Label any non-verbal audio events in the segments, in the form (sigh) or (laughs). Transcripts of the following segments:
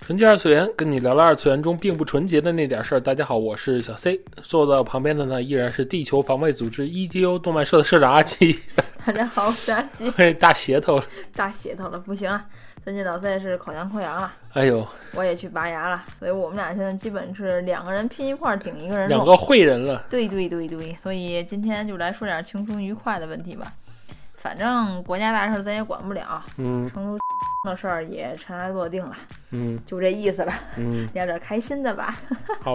纯洁二次元，跟你聊聊二次元中并不纯洁的那点事儿。大家好，我是小 C，坐在我旁边的呢依然是地球防卫组织 EDO 动漫社的社长阿吉。大家好，我是阿吉。嘿，大舌头了，大舌头了，不行了，最近老赛是口腔溃疡了，哎呦，我也去拔牙了，所以我们俩现在基本是两个人拼一块儿顶一个人两肉。个会人了。对对对对，所以今天就来说点轻松愉快的问题吧。反正国家大事咱也管不了，嗯成都 (laughs) 的事儿也尘埃落定了，嗯就这意思了，嗯，聊点开心的吧。好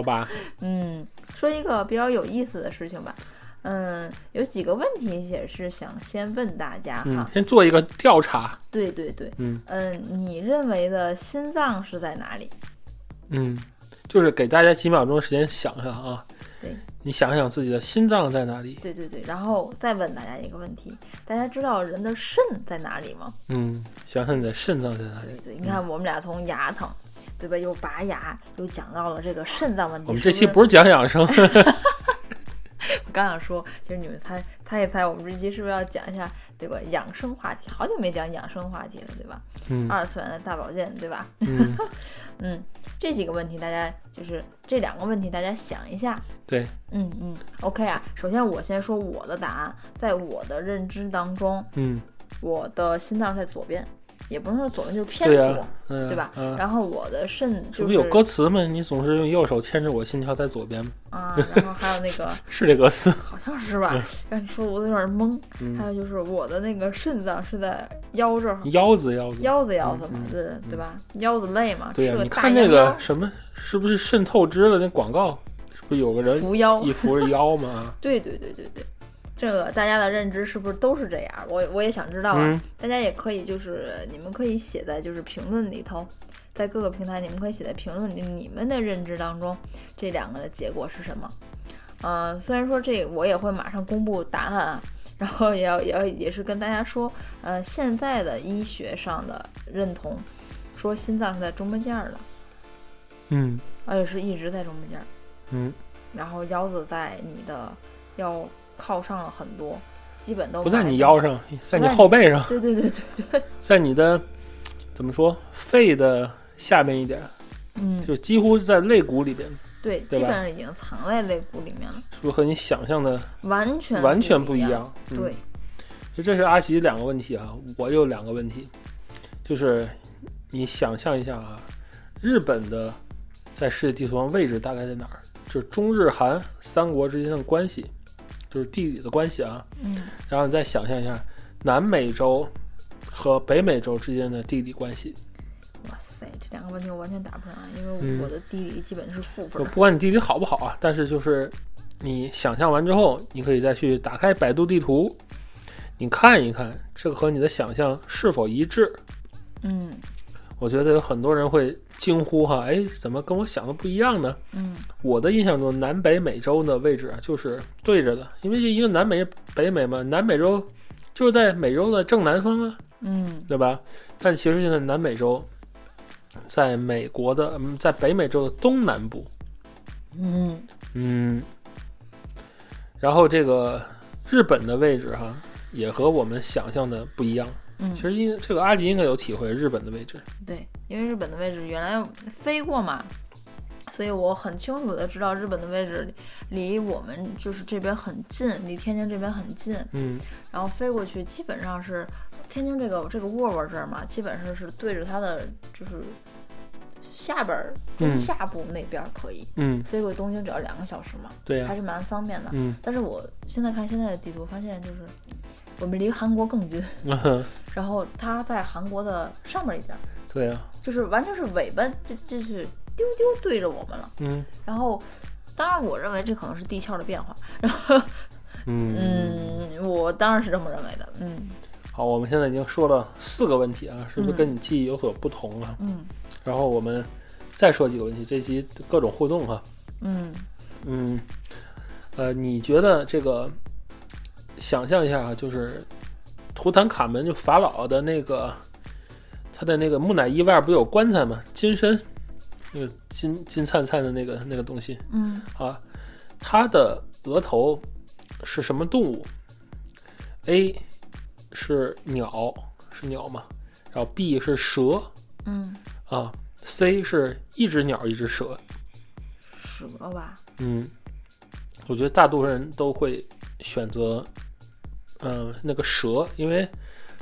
(laughs) 吧，嗯，说一个比较有意思的事情吧。嗯，有几个问题也是想先问大家哈。嗯，先做一个调查。对对对，嗯嗯，你认为的心脏是在哪里？嗯，就是给大家几秒钟时间想想啊。对，你想想自己的心脏在哪里？对对对，然后再问大家一个问题：大家知道人的肾在哪里吗？嗯，想想你的肾脏在哪里对。对，你看嗯我们俩从牙疼，对吧？又拔牙，又讲到了这个肾脏问题。我们这是期不是讲养啊生，是，我刚想说，就是你们猜猜一猜，我们这期是不是要讲一下这个养生话题？好久没讲养生话题了，对吧？ (laughs) 嗯二次元的大保健，对吧？嗯，嗯，这几个问题大家就是这两个问题，大家想一下，对，嗯嗯，OK 啊。首先我先说我的答案，在我的认知当中，嗯，我的心脏在左边，也不能说左边，就是偏对左，呀，嗯对吧？嗯，然后我的肾这就不是有歌词吗？你总是用右手牵着我心跳在左边吗？啊，然后还有那个是这歌词。好像是吧？让你说我都有点懵。还嗯，有就是我的那个肾脏是在腰这儿，腰子腰子。腰子腰子嘛嗯，嗯对对吧？腰子累嘛，对呀、啊是个你大看那羊个腰什么，是不是肾透支了？那广告是不是有个人扶腰一扶着腰嘛？ (laughs) 啊对对对对对，这个大家的认知是不是都是这样？我我也想知道啊，嗯大家也可以就是你们可以写在就是评论里头，在各个平台你们可以写在评论里，你们的认知当中这两个的结果是什么？呃，虽然说这我也会马上公布答案啊，然后也要也要也是跟大家说，呃，现在的医学上的认同，说心脏是在中间儿的，嗯而且是一直在中间儿。嗯，然后腰子在你的腰靠上了很多，基本都不在埋你没腰。上，在不你在你后背上，对对对对 (laughs) 对，在你的怎么说肺的下面一点，嗯，就几乎在肋骨里边，对，对基吧本上已经藏在肋骨里面了，是不是和你想象的完全完全不一样。样？嗯对，，所以这是阿奇两个问题啊，我有两个问题，就是你想象一下啊，日本的在世界地图上位置大概在哪儿？就是中日韩三国之间的关系，就是地理的关系啊。嗯然后你再想象一下南美洲和北美洲之间的地理关系。哇塞，这两个问题我完全答不上来，啊因嗯为我的地理基本是负就分儿。不管你地理好不好啊，但是就是你想象完之后，你可以再去打开百度地图，你看一看这个和你的想象是否一致。嗯我觉得有很多人会惊呼哈，哎，怎么跟我想的不一样呢？嗯我的印象中，南北美洲的位置啊，就是对着的，因为一个南美北美嘛，南美洲就是在美洲的正南方啊，嗯对吧？但其实现在南美洲在美国的，嗯，在北美洲的东南部，嗯，嗯，然后这个日本的位置哈、也和我们想象的不一样。嗯其实因这个阿吉应该有体会，日本的位置，对，因为日本的位置原来飞过嘛，所以我很清楚的知道日本的位置离我们就是这边很近，离天津这边很近。嗯然后飞过去，基本上是天津这个这个沃沃这儿嘛，基本上是对着它的就是下边儿中嗯下部那边儿可以、嗯，飞过东京，只要两个小时嘛，对呀、还是蛮方便的。嗯 (laughs) 但是我现在看现在的地图，发现就是我们离韩国更近， (laughs) 嗯哼，然后它在韩国的上面一点儿，对啊呀、就是完全是尾巴，这这是丢丢对着我们了。嗯然后，当然我认为这可能是地壳的变化，然后嗯，嗯，我当然是这么认为的，嗯。好，我们现在已经说了四个问题啊，是不是跟你记忆有所不同啊？嗯然后我们再说几个问题，这期各种互动啊。嗯嗯，呃，你觉得这个想象一下啊，就是图坦卡门就法老的那个他的那个木乃伊外边不有棺材吗？金身，那个金金灿灿的那个那个东西嗯啊，他的额头是什么动物？A 是鸟，是鸟嘛？然后 B 是蛇嗯，啊，C 是一只鸟一只蛇。蛇吧，嗯，我觉得大多数人都会选择，嗯、那个蛇，因为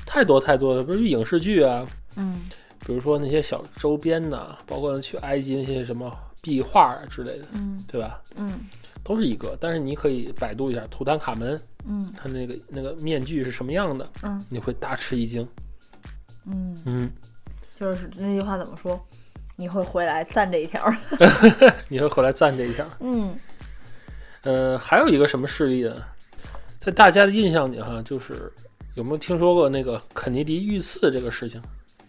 太多太多的，不是影视剧啊，嗯比如说那些小周边呐、包括去埃及那些什么壁画啊之类的，嗯对吧？嗯都是一个。但是你可以百度一下图坦卡门，嗯他那个那个面具是什么样的，嗯你会大吃一惊。嗯，嗯，就是那句话怎么说？你会回来赞这一条。你会回来赞这一下。嗯呃，还有一个什么事例呢？在大家的印象里哈，就是有没有听说过那个肯尼迪遇刺这个事情？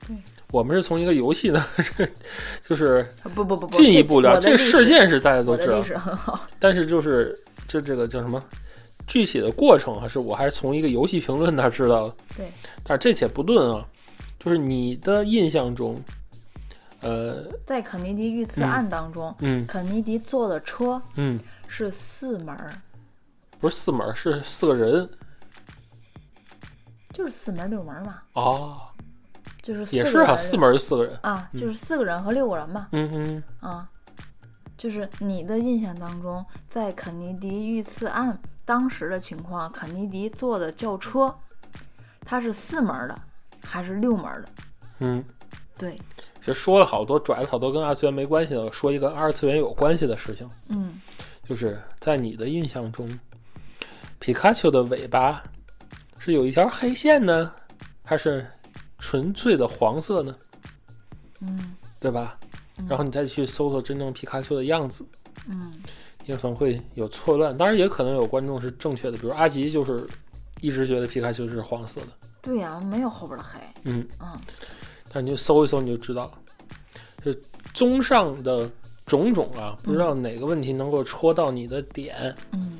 对，我们是从一个游戏呢， (laughs) 是就是 (laughs) 不不不不，进一步我了解这的个历事史，件是大家都我知的道历，史很好。但是就是就这个叫什么具体的过程啊，是我还是从一个游戏评论那儿知道的。对，但是这且不论啊，就是你的印象中，呃，在肯尼迪遇刺嗯案当中，嗯肯尼迪坐的车嗯，是四门儿，不是四门儿，是四个人就是四门儿六门儿嘛，哦，就是四也个是啊，人四门儿就四个人，啊，嗯就是四个人和六个人嘛，嗯嗯。啊，就是你的印象当中，在肯尼迪遇刺案当时的情况，肯尼迪坐的轿车，它是四门儿的还是六门儿的？嗯，对，这说了好多，拽了好多跟二次元没关系的，我说一个二次元有关系的事情，嗯就是在你的印象中，皮卡丘的尾巴是有一条黑线呢，还是纯粹的黄色呢？嗯对吧？嗯然后你再去搜索真正皮卡丘的样子，嗯你可能会有错乱。当然，也可能有观众是正确的，比如阿吉就是一直觉得皮卡丘是黄色的，对呀、没有后边的黑，嗯，嗯但你就搜一搜你就知道了。这综上的种种啊，不知道哪个问题能够戳到你的点，嗯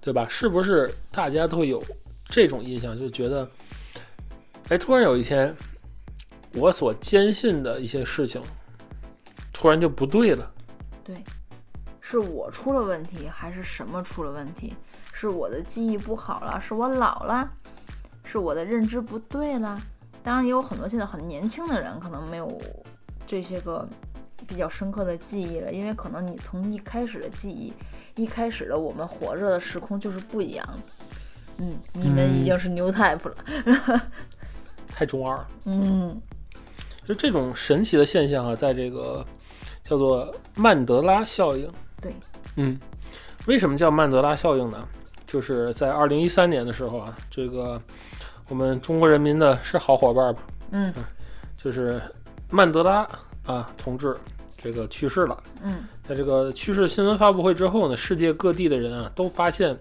对吧？是不是大家都会有这种印象，就觉得，哎，突然有一天，我所坚信的一些事情，突然就不对了。对，是我出了问题，还是什么出了问题？是我的记忆不好了，是我老了，是我的认知不对了。当然，也有很多现在很年轻的人可能没有这些个比较深刻的记忆了，因为可能你从一开始的记忆，一开始的我们活着的时空就是不一样的。嗯，你们已嗯经是 new type 了。太中二了，嗯就这种神奇的现象啊，在这个叫做曼德拉效应。对，嗯，为什么叫曼德拉效应呢？就是在二零一三年的时候啊，这个我们中国人民的是好伙伴吧，嗯就是曼德拉啊同志这个去世了。嗯在这个去世新闻发布会之后呢，世界各地的人啊都发现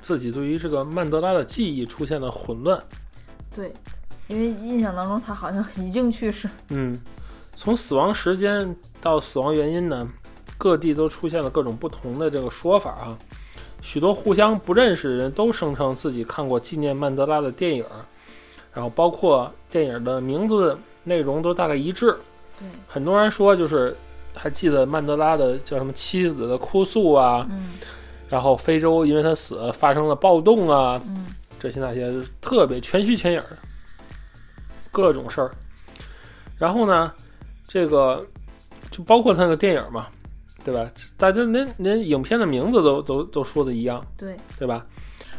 自己对于这个曼德拉的记忆出现了混乱。对，因为印象当中他好像已经去世。嗯，从死亡时间到死亡原因呢，各地都出现了各种不同的这个说法啊。许多互相不认识的人都声称自己看过纪念曼德拉的电影，然后包括电影的名字、内容都大概一致。对，很多人说就是还记得曼德拉的叫什么妻子的哭诉啊，嗯然后非洲因为他死发生了暴动啊，嗯。这些那些特别全虚全影儿，各种事儿。然后呢，这个就包括他那个电影嘛，对吧？大家连连影片的名字都都都说的一样，对，对吧？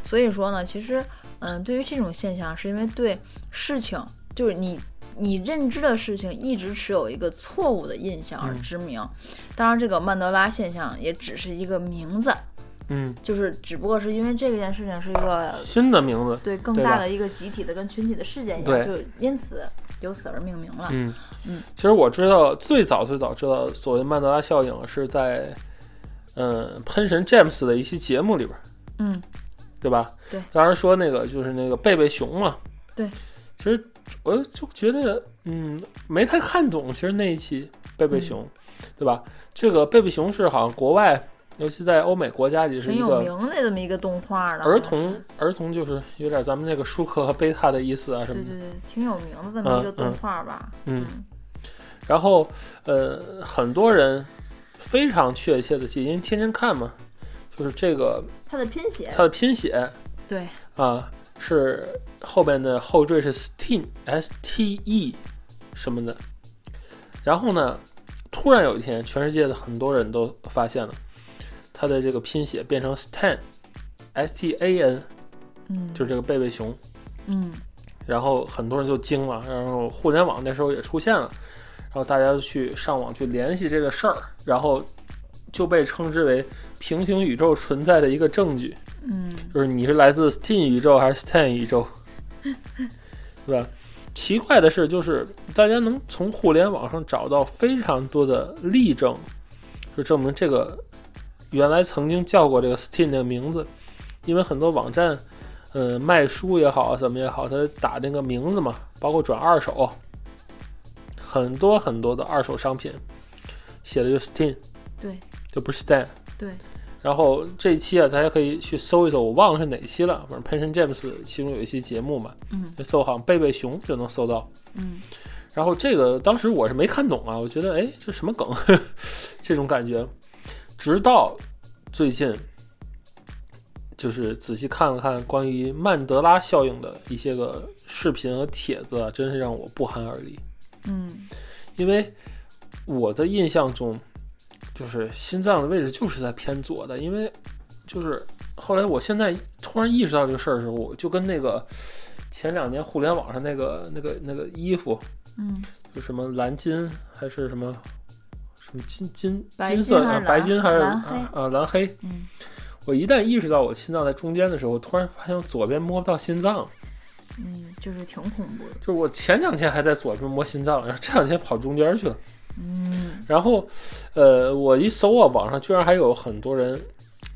所以说呢，其实，嗯，对于这种现象，是因为对事情，就是你你认知的事情一直持有一个错误的印象而嗯知名。当然，这个曼德拉现象也只是一个名字，嗯，就是只不过是因为这件事情是一个新的名字，对更对大吧的一个集体的跟群体的事件一对样，就因此由此而命名了。嗯嗯其实我知道最早最早知道所谓曼德拉效应是在嗯喷神 James 的一期节目里边儿，嗯对吧？对，当时说那个就是那个贝贝熊嘛，对，其实我就觉得，嗯，没太看懂。其实那一期贝贝嗯熊，对吧？这个贝贝熊是好像国外，尤其在欧美国家里是很一有个名的这么一个动画呢，儿童儿童，就是有点咱们这个舒克和贝塔的意思啊什对么对的。对，挺有名的这么一个嗯动嗯画吧，嗯，然后呃，很多人非常确切的记，因为天天看嘛，就是这个它的拼写它的拼写对啊是后边的后缀是 steam 哎 s t e 什么的。然后呢，突然有一天，全世界的很多人都发现了它的这个拼写变成 stan s t a n，嗯，就是这个贝贝熊。嗯然后很多人就惊了，然后互联网那时候也出现了，然后大家就去上网去联系这个事儿，然后就被称之为平行宇宙存在的一个证据，嗯就是你是来自 Steam 宇宙还是 Stan 宇宙，对吧？奇怪的是，就是大家能从互联网上找到非常多的例证，就证明这个原来曾经叫过这个 Steam 这个名字，因为很多网站，呃，卖书也好，怎么也好，它打那个名字嘛，包括转二手，很多很多的二手商品写的就是 Steam，对，就不是 Stan。对。然后这一期啊，大家可以去搜一搜，我忘了是哪期了，反正 Pension James 其中有一期节目嘛，嗯就搜好像贝贝熊就能搜到。嗯然后这个当时我是没看懂啊，我觉得哎这什么梗， (laughs) 这种感觉。直到最近，就是仔细看了看关于曼德拉效应的一些个视频和帖子啊，真是让我不寒而栗。嗯因为我的印象中，就是心脏的位置就是在偏左的，因为就是后来我现在突然意识到这个事儿的时候，我就跟那个前两年互联网上那个那个那个衣服。嗯，就什么蓝金还是什么什么金金白金金色还是啊，蓝白金还是蓝黑啊啊蓝黑。嗯我一旦意识到我心脏在中间的时候，突然发现我左边摸不到心脏，嗯，就是挺恐怖的。就是我前两天还在左边摸心脏，然后这两天跑中间去了。嗯然后，呃，我一搜啊，网上居然还有很多人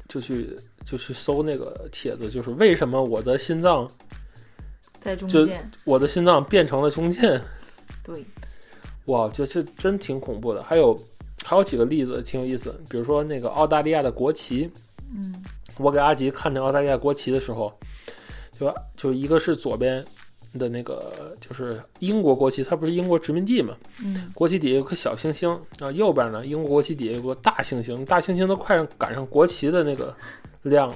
就去就去搜那个帖子，就是为什么我的心脏，在中就间，我的心脏变成了中间。对，哇，这这真挺恐怖的。还有还有几个例子挺有意思的，比如说那个澳大利亚的国旗，嗯我给阿吉看那澳大利亚国旗的时候，就就一个是左边的那个就是英国国旗，它不是英国殖民地嘛，嗯国旗底下有颗小星星，然后右边呢英国国旗底下有个大星星，大星星都快赶上国旗的那个亮了。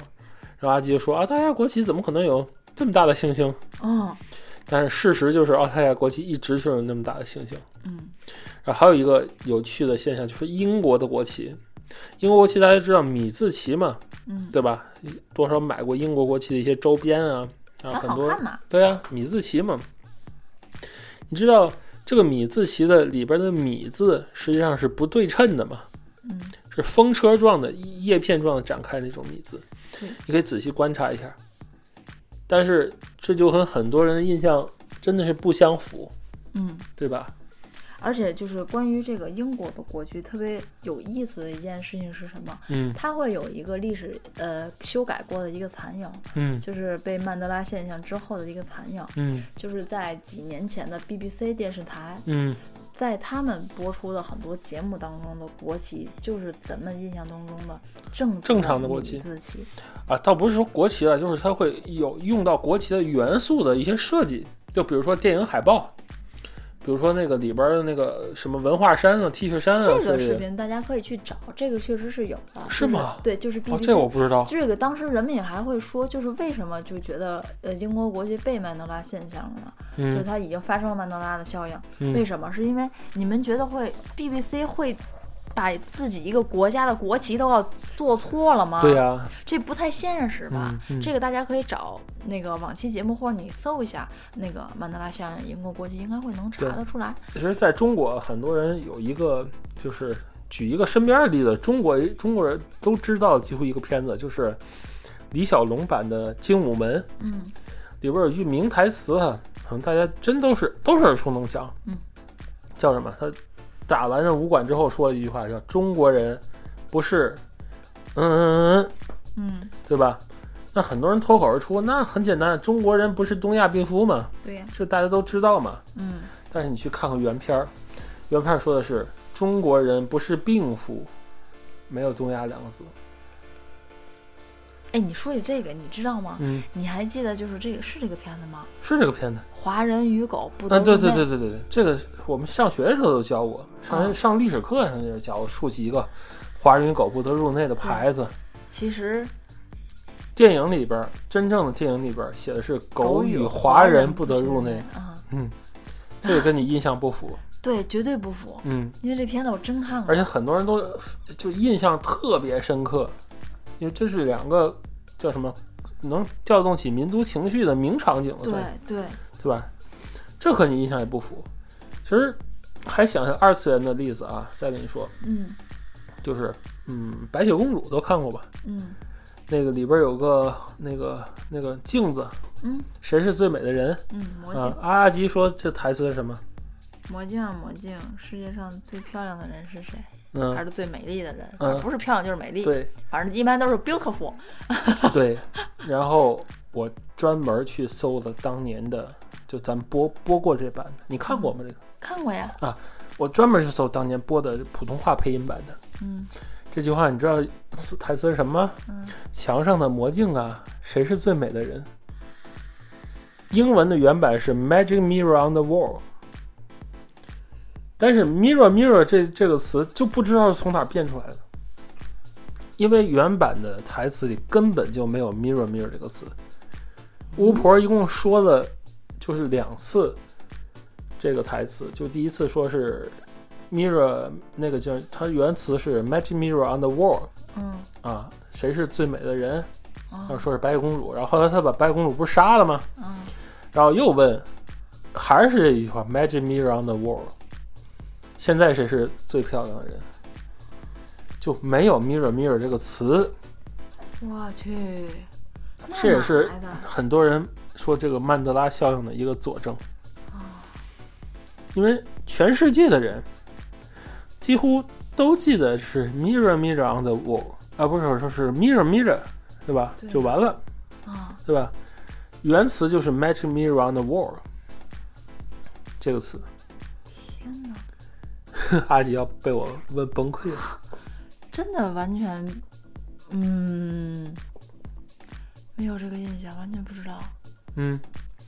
然后阿吉就说：“澳啊大利亚国旗怎么可能有这么大的星星？”哦但是事实就是，澳大利亚国旗一直就有那么大的星星。嗯然后还有一个有趣的现象，就是英国的国旗。英国国旗大家知道米字旗嘛，嗯，对吧？多少买过英国国旗的一些周边啊，啊，它很好多看嘛？对啊，米字旗嘛。你知道这个米字旗的里边的米字实际上是不对称的嘛？嗯是风车状的、叶片状的展开那种米字对，你可以仔细观察一下。但是这就和很多人的印象真的是不相符，嗯。对吧？而且就是关于这个英国的国旗特别有意思的一件事情是什么？嗯它会有一个历史呃修改过的一个残影，嗯就是被曼德拉现象之后的一个残影，嗯就是在几年前的 BBC 电视台嗯在他们播出的很多节目当中的国旗，就是咱们印象当中的正正常的国旗米字旗，啊，倒不是说国旗了，就是它会有用到国旗的元素的一些设计，就比如说电影海报，比如说那个里边的那个什么文化衫啊、T 恤衫啊这之个类视的。频大家可以去找，这个确实是有的，是吗就是对，就是 BBC、哦，这我不知道。这个当时人们也还会说，就是为什么就觉得呃英国国旗被曼德拉现象了呢？就是嗯它已经发生了曼德拉的效应。为嗯什么？是因为你们觉得会 BBC 会把自己一个国家的国旗都要做错了吗？对呀、这不太现实吧？嗯嗯这个大家可以找那个往期节目，或者你搜一下那个曼德拉效应，英国国旗应该会能查对得出来。其实在中国，很多人有一个就是举一个身边的例子，中国中国人都知道几乎一个片子，就是李小龙版的《精武门》，嗯里边有一句名台词啊，可能大家真都是都是耳熟能详。嗯，叫什么？他打完了武馆之后说了一句话，叫“中国人不是，嗯，嗯对吧？那很多人脱口而出，那很简单，中国人不是东亚病夫吗？对呀、这大家都知道嘛。嗯，但是你去看看原片儿，原片儿说的是中国人不是病夫，没有东亚两个字。哎，你说起这个，你知道吗？嗯，你还记得就是这个是这个片子吗？是这个片子。华人与狗不得啊，对入对内。对对对对，这个我们上学的时候都教我，上、啊上历史课上就教我竖起一个“华人与狗不得入内”的牌子。其实电影里边儿，真正的电影里边儿写的是“狗与与华华人人不得入内啊、”，这个跟你印象不符。对，绝对不符。嗯，因为这片子我真看过，而且很多人都就印象特别深刻，因为这是两个叫什么能调动起民族情绪的名场景了，对算是对，对吧？这和你印象也不符。其实还想想二次元的例子啊，再跟你说，嗯就是嗯，白雪公主都看过吧？嗯那个里边有个那个那个镜子，嗯谁是最美的人嗯，魔镜、啊？阿阿吉说这台词是什么？魔镜啊魔镜，世界上最漂亮的人是谁？还嗯，是最美丽的人？啊嗯不是漂亮就是美丽，对反正一般都是 beautiful。对。然后我专门去搜了当年的，就咱们播播过这版的，你看过吗？这个看过呀，我专门去搜当年播的普通话配音版的。嗯这句话你知道台词是什么吗？嗯，墙上的魔镜啊，谁是最美的人？英文的原版是 Magic Mirror on the Wall，但是 Mirror Mirror 这这个词就不知道是从哪儿变出来的，因为原版的台词里根本就没有 Mirror Mirror 这个词。巫婆一共说了就是两次这个台词，就第一次说是 Mirror 那个叫它原词是 Magic Mirror on the Wall 嗯啊，谁是最美的人？然后哦说是白雪公主，然后后来他把白雪公主不是杀了吗？嗯然后又问，还是这一句话，Magic Mirror on the Wall。现在谁是最漂亮的人？就没有 mirror mirror 这个词，我去，那这也是哪来的很多人说这个曼德拉效应的一个佐证。哦因为全世界的人几乎都记得是 mirror mirror on the wall 啊，不是我说是 mirror mirror，对吧？对就完了。啊对吧？原词就是 “match me around the world” 这个词， (laughs) 天哪，阿吉要被我问崩溃了。真的完全，嗯，没有这个印象，完全不知道。嗯，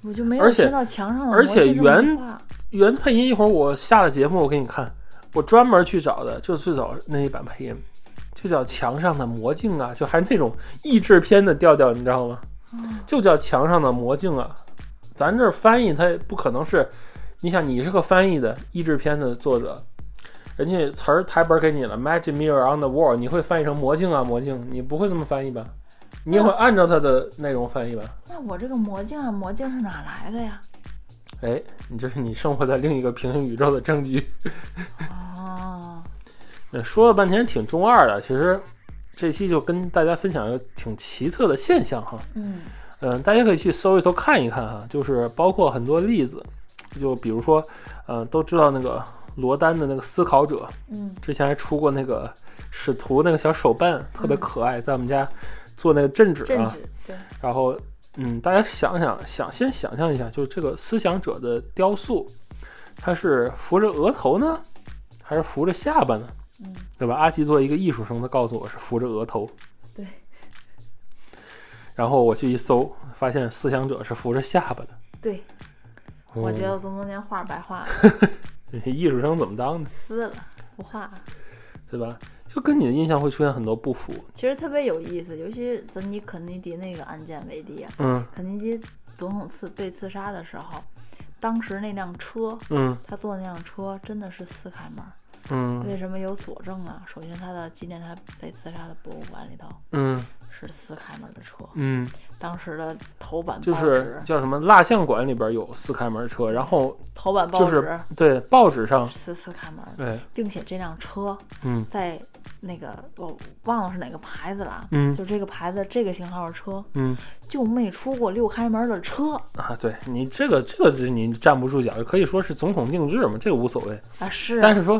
我就没而有且听到墙上的而魔且镜这么原说话原配音一会儿我下了节目我给你看，我专门去找的就是最早那一版配音，就叫《墙上的魔镜》啊，就还那种译制片的调调，你知道吗？嗯就叫《墙上的魔镜》啊，咱这儿翻译它也不可能是，你想你是个翻译的译制片的作者。人家词儿台本给你了，Magic Mirror on the Wall，你会翻译成魔镜啊魔镜，你不会那么翻译吧？你也会按照它的内容翻译吧？那我这个魔镜啊，魔镜是哪来的呀？哎，你就是你生活在另一个平行宇宙的证据。哦，呃说了半天挺中二的，其实这期就跟大家分享一个挺奇特的现象哈。嗯嗯，大家可以去搜一搜看一看哈，就是包括很多例子，就比如说，嗯、都知道那个罗丹的那个思考者，嗯之前还出过那个使徒那个小手办，特别可爱，在我们家做那个嗯镇纸政啊。治对，然后，嗯，大家想想想，先想象一下，就是这个思想者的雕塑，它是扶着额头呢，还是扶着下巴呢？嗯对吧？阿吉作为一个艺术生，他告诉我是扶着额头。对。然后我去一搜，发现思想者是扶着下巴的。对，我觉嗯得我从中间画白画了，那些嗯艺术生怎么当的，撕了不画了。对吧？就跟你的印象会出现很多不符。其实特别有意思，尤其是咱以肯尼迪那个案件为例啊，嗯肯尼迪总统刺被刺杀的时候，当时那辆车，嗯他坐的那辆车真的是四开门儿，嗯为什么有佐证啊？首先，他的纪念他被刺杀的博物馆里头嗯是四开门的车，嗯，当时的头版就报是纸叫什么蜡像馆里边有四开门车，然后头版报就纸是对报纸上，是四开门的，对，并且这辆车嗯在那个我忘了是哪个牌子了啊，嗯就这个牌子这个型号的车嗯就没出过六开门的车啊，对你这个这个就是你站不住脚，可以说是总统定制嘛，这个无所谓。啊，是啊但是说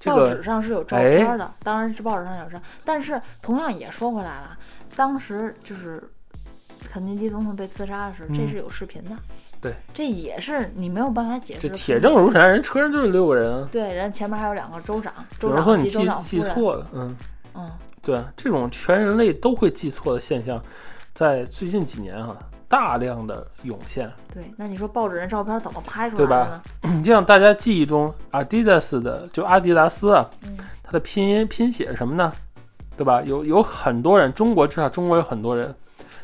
这报纸个哎上是有照片的，当然是报纸上有照，但是同样也说回来了，当时就是肯尼基总统被刺杀的时候，这嗯是有视频的。对，这也是你没有办法解释这的。铁证如山，人车上就是六个人啊，对，人前面还有两个州长，州只能说长你及州记长夫记人。错了，嗯。嗯，对啊，这种全人类都会记错的现象，在最近几年哈、大量的涌现。对。那你说报纸人照片怎么拍出对来吧的呢？你就像大家记忆中，Adidas 的就阿迪达斯啊，嗯它的拼音拼写是什么呢？对吧？有有很多人，中国至少中国有很多人，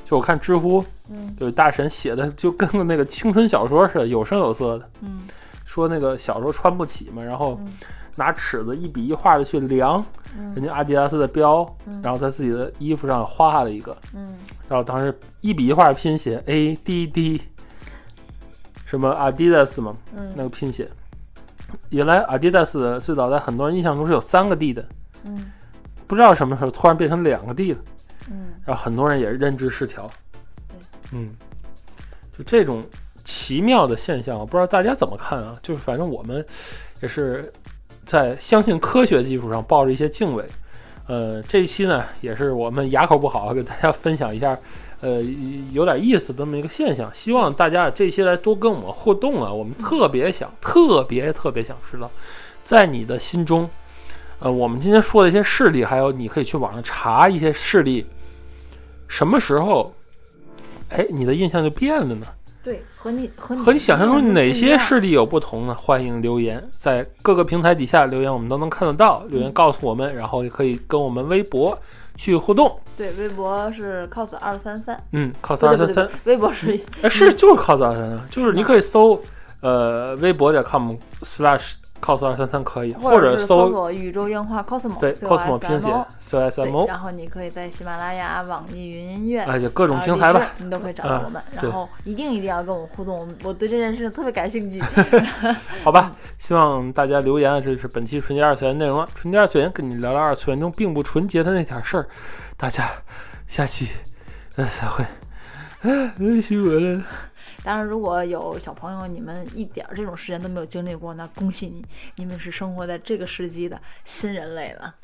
就我看知乎嗯有大神写的，就跟个那个青春小说似的，有声有色的，嗯说那个小时候穿不起嘛，然后嗯拿尺子一笔一画的去量人嗯家阿迪达斯的标，嗯然后在自己的衣服上画了一个，嗯然后当时一笔一画拼写 A D D，什么 Adidas 嘛，那嗯个拼写。原来 Adidas 最早在很多人印象中是有三个 D 的，嗯不知道什么时候突然变成两个 D 了，嗯，然后很多人也认知失调对。嗯，就这种奇妙的现象，我不知道大家怎么看啊？就是反正我们也是在相信科学基础上抱着一些敬畏。呃，这一期呢，也是我们牙口不好，给大家分享一下，呃，有点意思的这么一个现象。希望大家这些来多跟我们互动啊，我们特别想，嗯特别特别想知道，在你的心中，呃，我们今天说的一些事例，还有你可以去网上查一些事例，什么时候，哎，你的印象就变了呢？对，和你和你和你想象中哪些是事例有不同呢？欢迎留言，在各个平台底下留言，我们都能看得到。留言告诉我们，然后也可以跟我们微博去互动。对，微博是 cos 二三三，嗯，cos 不二对不对三三，不对，微博 (laughs) 是哎，是就是 cos 二三三，就是是你吗可以搜呃微博点 com slash cos 二三三可以，或者是搜搜索宇宙硬化 cosmo 对 C O cosmo S 拼 M 写 O， csmo，对，然后你可以在喜马拉雅、网易云音乐。而且哎各种还有平荔台吧嗯枝。你都可以找到我们，对然后一定一定要跟我们互动，我们我对这件事情特别感 (laughs) 兴趣。好吧，希望大家留言啊，这是本期纯洁二次元内容了。纯洁二次元跟你聊聊二次元中并不纯洁的那点事儿，大家下期呃再会。 (laughs) 哎，虚伪了。当然，如果有小朋友你们一点儿这种事件都没有经历过，那恭喜你，你们是生活在这个世纪的新人类了。